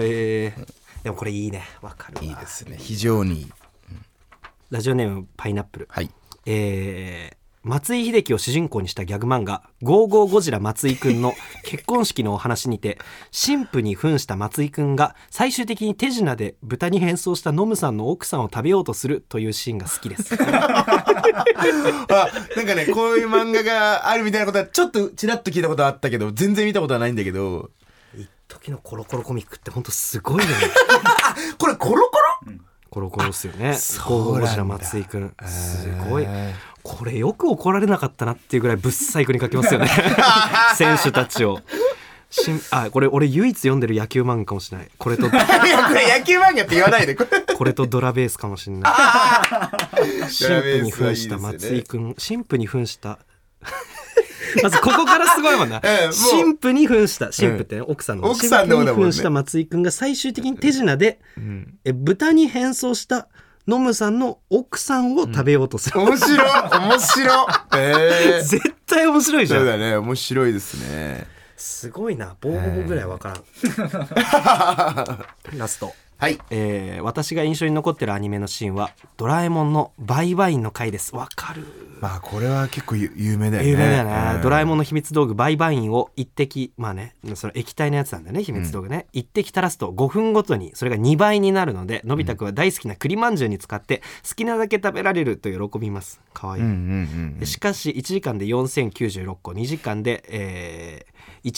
えーでもこれいいね分かるわいいですね非常にいいラジオネームパイナップルはいえー松井秀喜を主人公にしたギャグ漫画「ゴーゴーゴジラ松井くん」 *laughs* の結婚式のお話にて神父に扮した松井くんが最終的に手品で豚に変装したノムさんの奥さんを食べようとするというシーンが好きです。あなんかねこういう漫画があるみたいなことはちょっとちらっと聞いたことはあったけど全然見たことはないんだけど一 *laughs* 時のコロコロコミックって本当すごいよね。これコロコロ *laughs* コロコロですよね。そうゴなんだーゴーゴジラ松井くん。すごいえ。これよく怒られなかったなっていうぐらいぶっ細工に書き *laughs* ますよね。選手たちを。しんあこれ俺唯一読んでる野球漫画かもしれない。これといやこれ野球漫画って言わないでこれこれとドラベースかもしれない。神父に扮した松井くん、神父に扮した。 *laughs* まずここからすごいもんな。ええもう神父に扮した。神父ってね、奥さんの。奥さんの方だもんね神父に扮した松井くんが最終的に手品で、え豚に変装したノムさんの奥さんを食べようとする。面白面白えー *laughs* 絶対面白いじゃ。そうんだね面白いですねすごいな。ボーボボぐらいわからん。 *laughs* ラスト。はいえー私が印象に残ってるアニメのシーンは「ドラえもんのバイバイン」の回ですわかるまあこれは結構ゆ有名だよね有名だよね、ドラえもんもんの秘密道具バイバインを一滴まあねその液体のやつなんだね秘密道具ね、一滴垂らすと5分ごとにそれが2倍になるのでのび太くんは大好きな栗まんじゅうに使って好きなだけ食べられると喜びますかわいい、うんうんうんうんしかし1時間で4096個2時間で、えー、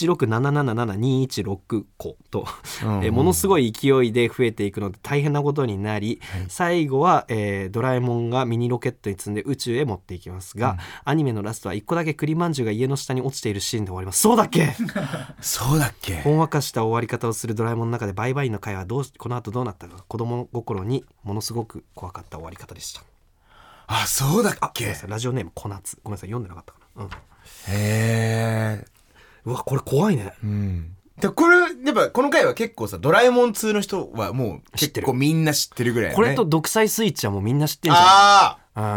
1677721個と、うん *laughs* えーものすごい勢いで増えていくので大変なことになり、最後は、えードラえもんがミニロケットに積んで宇宙へ持っていきますが、アニメのラストは1個だけ栗まんじゅうが家の下に落ちているシーンで終わりますそうだっけそうだっけほんわかした終わり方をするドラえもんの中でバイバイの会はどうしこの後どうなったか子供心にものすごく怖かった終わり方でしたあそうだっごめんけなさいラジオネーム小夏ごめんなさい読んでなかったかな、うんへえうわこれ怖いねうんでこれやっぱこの回は結構さドラえもん通の人はもう知っ結てる構みんな知ってるぐらい、ね、これと「独裁スイッチ」はもうみんな知ってんじゃああんうん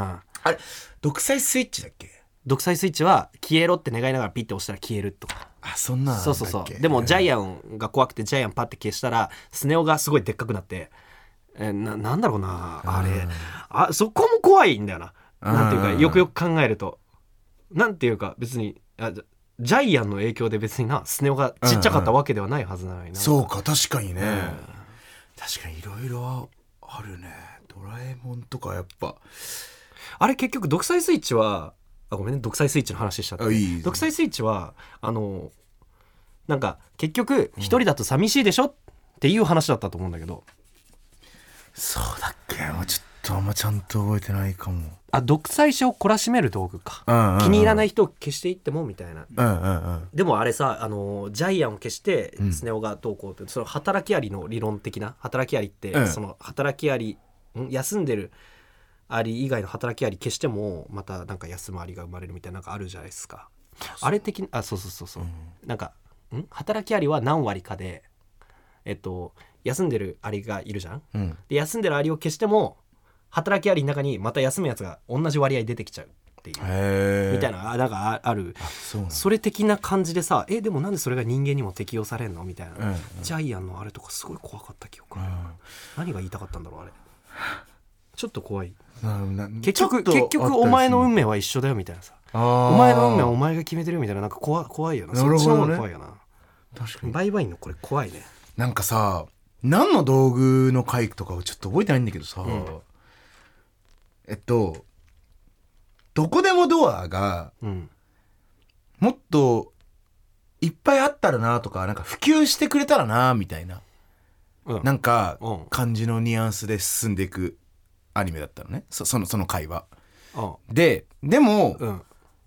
あれ独裁スイッチだっけ独裁スイッチは消えろって願いながらピッて押したら消えるとかあそんなんだっけそうそうそうでもジャイアンが怖くてジャイアンパッて消したらスネ夫がすごいでっかくなってえーななんだろうなあれあそこも怖いんだよななんていうかうんよくよく考えるとなんていうか別にあジャジャイアンの影響で別になスネ夫がちっちゃかったわけではないはずなのになそうか確かにね、確かにいろいろあるねドラえもんとかやっぱあれ結局独裁スイッチはあごめんね独裁スイッチの話しちゃったあいい独裁スイッチはあのなんか結局一人だと寂しいでしょっていう話だったと思うんだけどそうだっけもうちょっとあんまちゃんと覚えてないかもあ独裁者を懲らしめる道具か、うんうんうん気に入らない人を消していってもみたいなうんうんうんでもあれさあのジャイアンを消してスネ夫がどうこうって、その働きアリの理論的な働きアリって、うんその働きアリん休んでるアリ以外の働きアリ消してもまたなんか休むアリが生まれるみたいななんかあるじゃないですかあれ的なあそうそうそうそう、なんかん働きアリは何割かでえっと休んでるアリがいるじゃん、うんで休んでるアリを消しても働きアリの中にまた休むやつが同じ割合出てきちゃうっていう、へえみたいななあなんかああるそうなんだそれ的な感じでさえでもなんでそれが人間にも適用されんのみたいな、うんうん *laughs* ジャイアンのあれとかすごい怖かった記憶あるな何が言いたかったんだろうあれちょっと怖いなな結ちょっとあっ局たりする結局お前の運命は一緒だよみたいなさあーお前の運命はお前が決めてるみたいななんか怖怖いよななるほどねそっちの方が怖いよな確かにバイバイのこれ怖いねなんかさ何の道具の回とかをちょっと覚えてないんだけどさ、えっとどこでもドアがうんもっといっぱいあったらなとかなんか普及してくれたらなみたいなうんなんかうん感じのニュアンスで進んでいくアニメだったのねそそのその会話うんででも、うん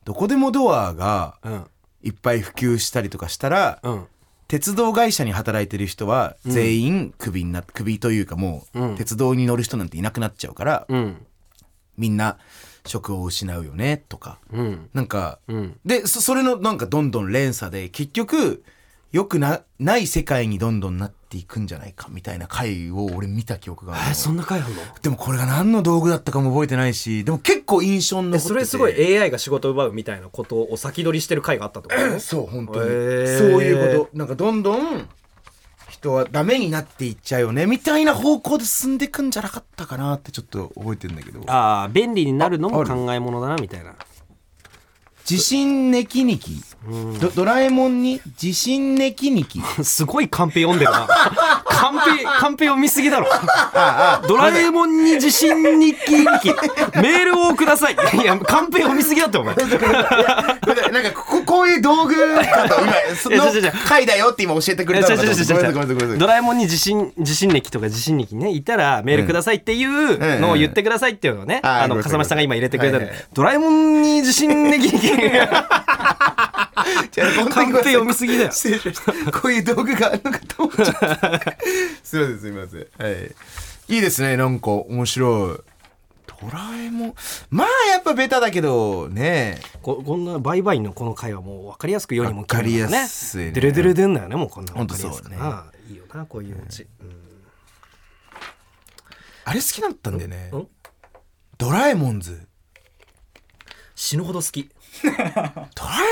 どこでもドアがうんいっぱい普及したりとかしたら、うん鉄道会社に働いてる人は全員クビになっクビというかもうんう鉄道に乗る人なんていなくなっちゃうから、うんみんな職を失うよねとかうんなんか、うんでそそれのなんかどんどん連鎖で結局良くなない世界にどんどんなっていくんじゃないかみたいな回を俺見た記憶があえるのそんな回あんのでもこれが何の道具だったかも覚えてないしでも結構印象に残っててそれすごい AI が仕事を奪うみたいなことを先取りしてる回があったってこと *laughs* ねそう本当に、へーそういうことなんかどんどん人はダメになっていっちゃうよねみたいな方向で進んでいくんじゃなかったかなってちょっと覚えてるんだけどああ便利になるのあもある考えものだなみたいな *laughs* 地震ねきにきドドラえもんに地震ねきにきすごいカンペ読ん *laughs* でるな。カンペ、カンペ読みすぎだろ。ドラえもんに自信日記日 *laughs* 記。メールをください。いや、カンペ読みすぎだって、お *laughs* 前。なんかこここういう道具だと今そいや違う違う違のう回だよって今教えてくれたのかと思ってごめんなさいごめんなさいごめんなさいドラえもんに自信、自信歴とか自信歴ね、いたらメールくださいっていうのを言ってくださいっていうのをね、うんうんうんあの、はい笠間さんが今入れてくれたんはいではい、ドラえもんに自信歴日記。じゃあ本当にカンペ読みすぎだよ失礼しましたこういう道具があるのかと思っちゃった。すいません、すいません。はい。いいですね、なんか面白い。ドラえもん。まあ、やっぱベタだけど、ね。ここんなバイバイのこの回はもう分かりやすく世にも消えるか分らかりやすいねデレデレ出んだよねもうこんなのほん分とかりそうやねすくな、いいよなこういううち、あれ好きだったんだよねん。ドラえもんズ。死ぬほど好きドラ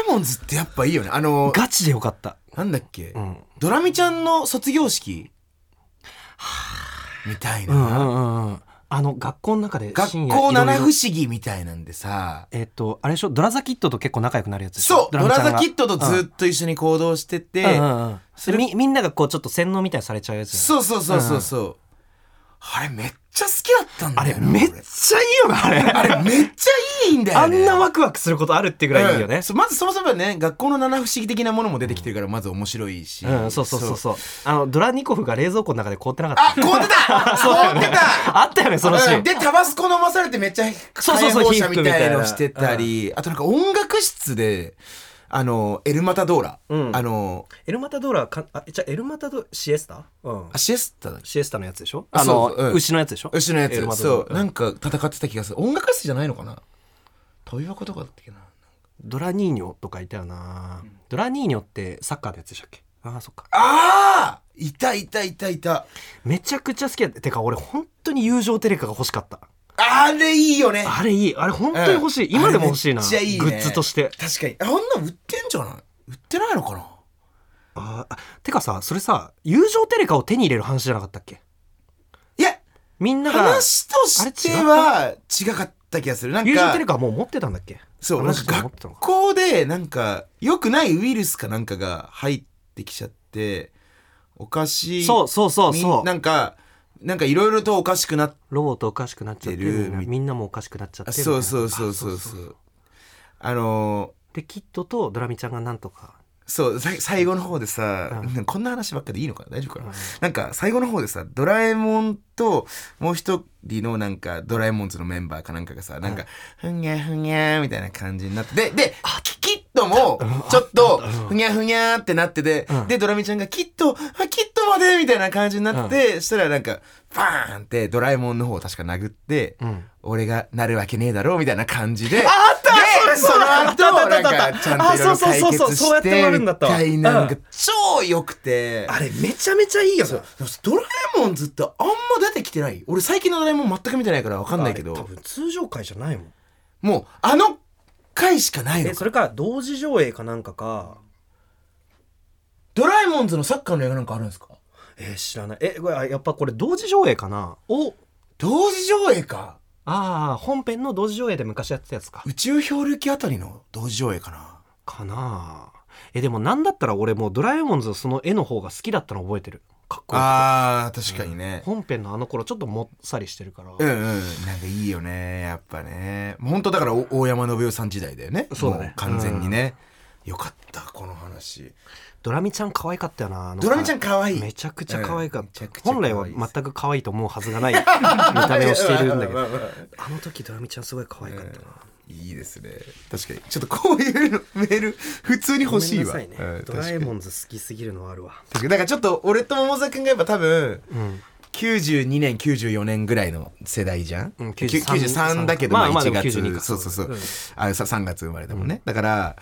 えもんズってやっぱいいよね。あの、ガチでよかったなんだっけ、んドラミちゃんの卒業式みたいな。うんうんうんうんあの学校の中で学深夜校七い不ろいろ思議みたいなんでさ。えっ、とあれでしょドラザキッドと結構仲良くなるやつでしそうょドラザムちゃんがキッドとずっと一緒に行動してて、うんうんうんうんそでれみみんながこうちょっと洗脳みたいにされちゃうやつじゃないそうそうそうそうそう、あれめっちゃ好きだったんあだれよなめっちゃいいよなあれ俺あれめっちゃいいんだよ、ね、あんなワクワクすることあるってぐらいいいようんね、そうまずそもそもね学校の七不思議的なものも出てきてるからまず面白いし、うんそうそうそうそうあのドラニコフが冷蔵庫の中で凍ってなかあった凍って *laughs* た凍ってたあったよねそのシーンうんでタバスコ飲まされてめっちゃそうそうそう解放者みたいの皮膚みたいなしてたりあとなんか音楽室であのエルマタドーラ、あのエルマタドーラはかあじゃあエルマタドシエスタうんあシエスタだっけシエスタのやつでしょああの、そうそううん牛のやつでしょ牛のやエルマつドのそうなんか戦ってた気がする音楽室じゃないのかなということかだったっけなドラニーニョとかいたよな、ドラニーニョってサッカーのやつでしたっけああそっかああいたいたいたいた。めちゃくちゃ好きやっててか俺本当に友情テレカが欲しかったあれいいよね。あれいいあれ本当に欲しい、うん今でも欲しいなあれめっちゃいいねグッズとして確かに。あんな売ってんじゃない売ってないのかなああてかさそれさ友情テレカを手に入れる話じゃなかったっけいや、みんなが話としては違かった気がする。なん友情テレか、カはもう持ってたんだっけそう、なん話としてか持ってたの学か校で、なんか、良くないウイルスかなんかが入ってきちゃって、おかしい。そうそうそうそみうなんか、なんかいろいろとおかしくなっロボットおかしくなっちゃっててるみんなみんなもおかしくなっちゃった。てみたいそなうそうそうそうそう。あのー、でキッドとドラミちゃんがなんとかそうさい最後の方でさ、うんなんかこんな話ばっかでいいのかな大丈夫かな、うんなんか最後の方でさドラえもんともう一人のなんかドラえもんズのメンバーかなんかがさなんかふにゃふにゃみたいな感じになってででキキッドもちょっとふにゃふにゃってなってて、うんでドラミちゃんがキッドあキッドまでみたいな感じになって、そしたらなんかバーンってドラえもんの方を確か殴って、ん俺がなるわけねえだろみたいな感じであったでその後なんかちゃんとあいろいろ解そうそうそうそう決そうやっして終てわるんみだったわたいななんか超良くてあれめちゃめちゃいいよなでもドラえもんずってあんま出てきてない俺最近のドラえもん全く見てないから分かんないけあれ多ど分通常回じゃないもんもうあの回しかないのえかそれか同時上映かなんかかドラえもんズのサッカーの映画なんかあるんですかえー知らないえこれあやっぱやっぱこれ同時上映かなを同時上映かああ本編の同時上映で昔やってたやつか宇宙漂流記あたりの同時上映かなかなあえでもなんだったら俺もうドラえもんズのその絵の方が好きだったの覚えてるかっこよくてあー確かにね本編のあの頃ちょっともっさりしてるから、うんうんなんかいいよねやっぱね本当だからお大山信代さん時代だよねそうだねも完全にね、よかったこの話ドラミちゃん可愛かったよななんかドラミちゃん可愛いめちゃくちゃ可愛かっうんめちた、ゃくちゃ可本愛い来は全く可愛いと思うはず *laughs* がない見た目をしているんだけまあどまあまああの時ドラミちゃんすごい可愛かったな、いいですね確かにちょっとこういうのメール普通に欲しいわごめんなさいね、うんド確ラかえにもんズ好きすぎるのはあるわ確かにだからちょっと俺と桃沢君がやっぱ多分、ん92年94年ぐらいの世代じゃん、うんきゅ93 93だけど、ままああ、まあ1月、でも92かそうそうそう、うんあさ3月生まれだもんね、だから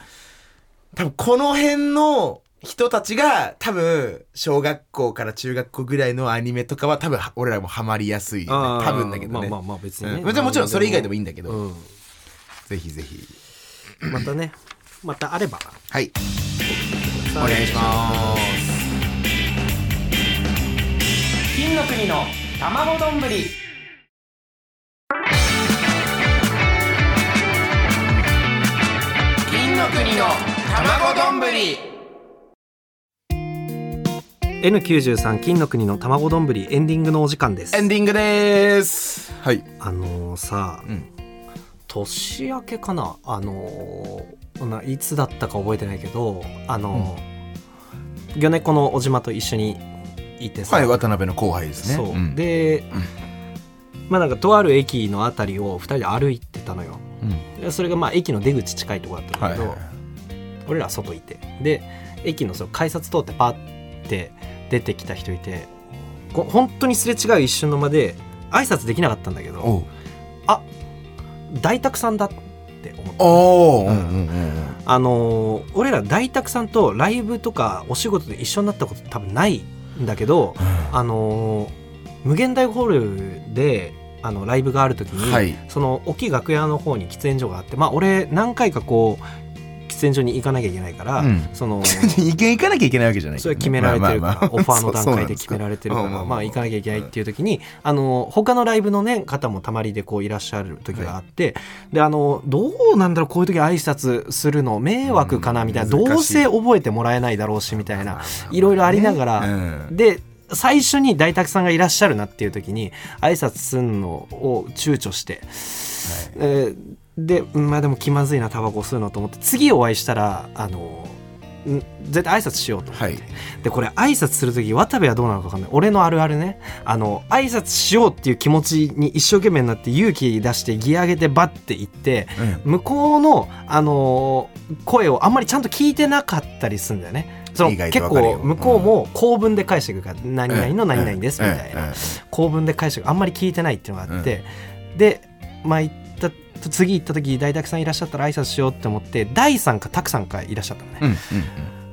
多分この辺の人たちが多分小学校から中学校ぐらいのアニメとかは多分は俺らもハマりやすいよあねー多分だけどねまあまあまあ別にねうんもちろんもちろんそれ以外でもいいんだけど、うんぜひぜひまたねまたあればはいお願いします金の国の卵丼ぶり金の国の卵丼ぶり N93 金の国の卵丼ぶりエンディングのお時間ですエンディングです。はい。あのーさ、うん年明けかなあのーないつだったか覚えてないけどあのー魚猫の小島と一緒にいてさ、はい、渡辺の後輩ですね。そう、ん、で、まあなんかとある駅のあたりを2人で歩いてたのようん、でそれがまあ駅の出口近いとこだったんだはけいど、はいはい。俺ら外いてで駅のその改札通ってパッて出てきた人いてこ本当にすれ違う一瞬の間で挨拶できなかったんだけどおう大沢さんだって思っておう。うんうんうんあのー俺ら大沢さんとライブとかお仕事で一緒になったこと多分ないんだけどあのー無限大ホールであのライブがある時うん。に、はい。その大きい楽屋の方に喫煙所があってまあ俺何回かこう喫煙所に行かなきゃいけないから、うんそ *laughs* の意見行かな *laughs* きゃいけないわけじゃないそれは決められてるまあまあまかあらオファーの段階で決められてるかそうそうなんですからまあ行かなきゃいけないっていう時にあの他のライブのね方もたまりでこういらっしゃる時があってであのどうなんだろうこういう時挨拶するの迷惑かなみたいなうんど難うしいせ覚えてもらえないだろうしみたいないろいろありながうらん。で最初に大沢さんがいらっしゃるなっていう時に挨拶すんのを躊躇して、えーでうんまあでも気まずいなタバコ吸うのと思って次お会いしたらあのん絶対挨拶しようと思って、はいでこれ挨拶する時渡部はどうなのか分かんない俺のあるあるねあの挨拶しようっていう気持ちに一生懸命になって勇気出してギア上げてバッて行ってうん。向こうの、あのー声をあんまりちゃんと聞いてなかったりするんだよね。その意外と結わかるよ構向こうも公文で返してくるから「何々の何々です」みたいうんうんな公文で返してくるあんまり聞いてないっていうのがあってでまあ行った次行った時大沢さんいらっしゃったら挨拶しようって思って大さんか拓さんかいらっしゃったのね。うんうん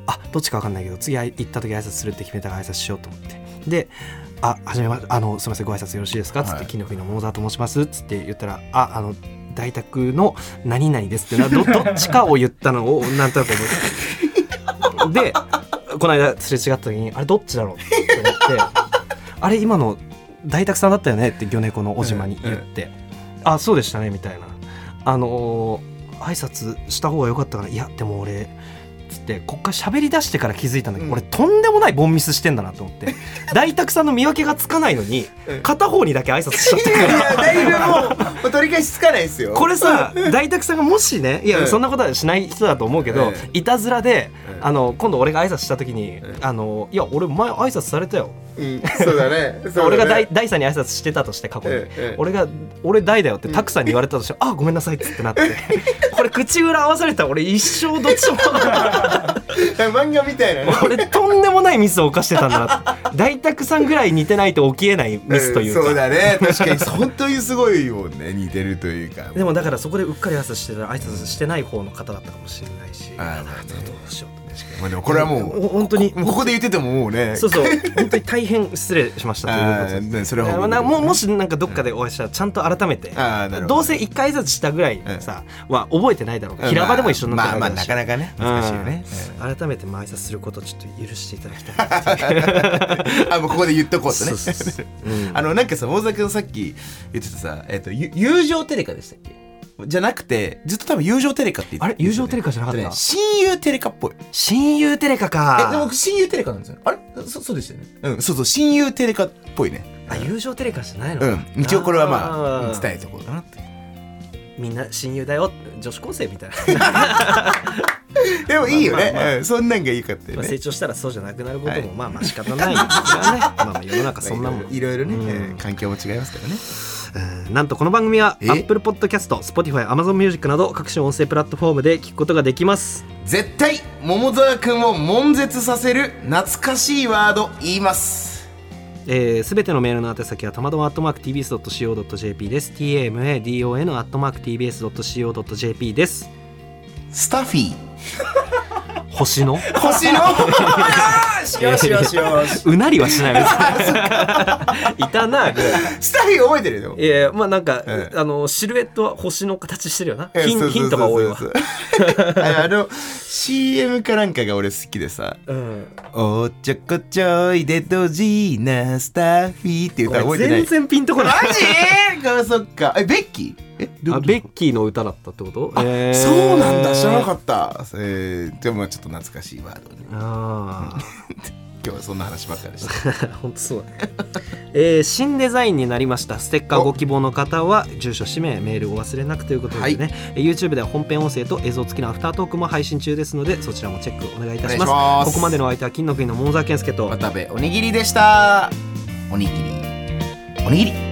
あどっちか分かんないけど次あい行った時挨拶するって決めたから挨拶しようと思ってで「あはじめましてあのすみませんご挨拶よろしいですか?」っつって「はい金の国の桃沢と申します」っつって言ったら「ああの大宅の何々です」ってなどどっちかを言ったのを *laughs* なんとなく覚えてるでこの間すれ違った時に「あれどっちだろう?」って思って「あれ今の大宅さんだったよね」って魚猫の小島に言って「あそうでしたね」みたいなあのー挨拶した方が良かったかな「いやでも俺」つってこっから喋り出してから気づいたんだけど、うん俺とんでもないボンミスしてんだなと思って *laughs* 大沢さんの見分けがつかないのにうん片方にだけ挨拶しちゃっいたやい *laughs* からやだいぶもうもう取り返しつかないですよ。これさ大沢さんがもしねいや、うんそんなことはしない人だと思うけど、うんいたずらで、うんあの今度俺が挨拶した時にう「んあのいや俺前挨拶されたよ」うんそうだね。そうだね *laughs* 俺が大大さんに挨拶してたとして過去に、ええええ俺が「俺大だよ」ってたくさんに言われたとして「あごめんなさい」っつってなって *laughs* これ口裏合わされたら俺一生どっちも漫画みたいなね。俺とんでもないミスを犯してたんだなって大沢さんぐらい似てないと起きえない *laughs* ミスというか、んそうだね。確かに本当にすごいもんね似てるというか。でもだからそこでうっかり挨拶してたら挨拶してない方の方だったかもしれないしあーまあねあーどうしようまあでもこれはもうほ本当にこここで言っててももうねそうそう本当に大変失礼しましたということあですーねそれはまあ本当なにもうもしなんかどっかでお会いしたらちゃんと改めてあーなるほどどうせ一回挨拶したぐらいさは覚えてないだろうから平場でも一緒になってまあまあなかなかかね難しいよね改めてまあ挨拶することをちょっと許していただきたい *laughs* なあもうここで言っとこうとねそうそうそうあのなんかさ大沢君さっき言ってたさえっとゆ友情テレカでしたっけじゃなくてずっと多分友情テレカって言ってたあれ友情テレカじゃなかあっとねた親友テレカっぽい親友テレカえでもか僕親友テレカなんですよあれそそうでしたよねうんそうそう親友テレカっぽいねあ友情テレカじゃないのかうん一応これはまあー伝えておこうかなっていうみんな親友だよ女子高生 *laughs* みたいなでもいいよまあまあまあねうんそんなんがいいかったよまあね成長したらそうじゃなくなることはいもまあまあ仕方ないですからねまあまあ世の中そん *laughs* なもんいろいろね、うんえー環境も違いますからねえーなんとこの番組はえ Apple Podcast、Spotify、Amazon Music など各種音声プラットフォームで聞くことができます絶対桃沢くんを悶絶させる懐かしいワード言いますすべ、えー全てのメールの宛先はたまどん .tbs.co.jp です tamadon .tbs.co.jp ですスタフィー *laughs* 星 *laughs* の星のよしよしよし *laughs* うなりは *laughs* しないです *laughs* いたなぐらいスタフィー覚えてるよいやいやまあなんか、ええあのシルエットは星の形してるよなえヒ *laughs* そンうそうそうそうヒントが多いわあの CM かなんかが俺好きでさうん「おっちょこちょいでドジーなスタッフィー」っていう歌覚えてない全然ピンとこないマジかそっかえベッキーえどうあいうことベッキーの歌だったってことえーそうなんだ知らなかったえー、でもちょっと懐かしいワードねああ今日はそんな話ばっかりでした *laughs* 本当そうだね、えー新デザインになりましたステッカーご希望の方は住所氏名メールをお忘れなくということでね、えー YouTube では本編音声と映像付きのアフタートークも配信中ですのでそちらもチェックお願いいたしますお願いしますここまでのお相手は金の国の桃沢健介と渡部おにぎりでしたおにぎりおにぎり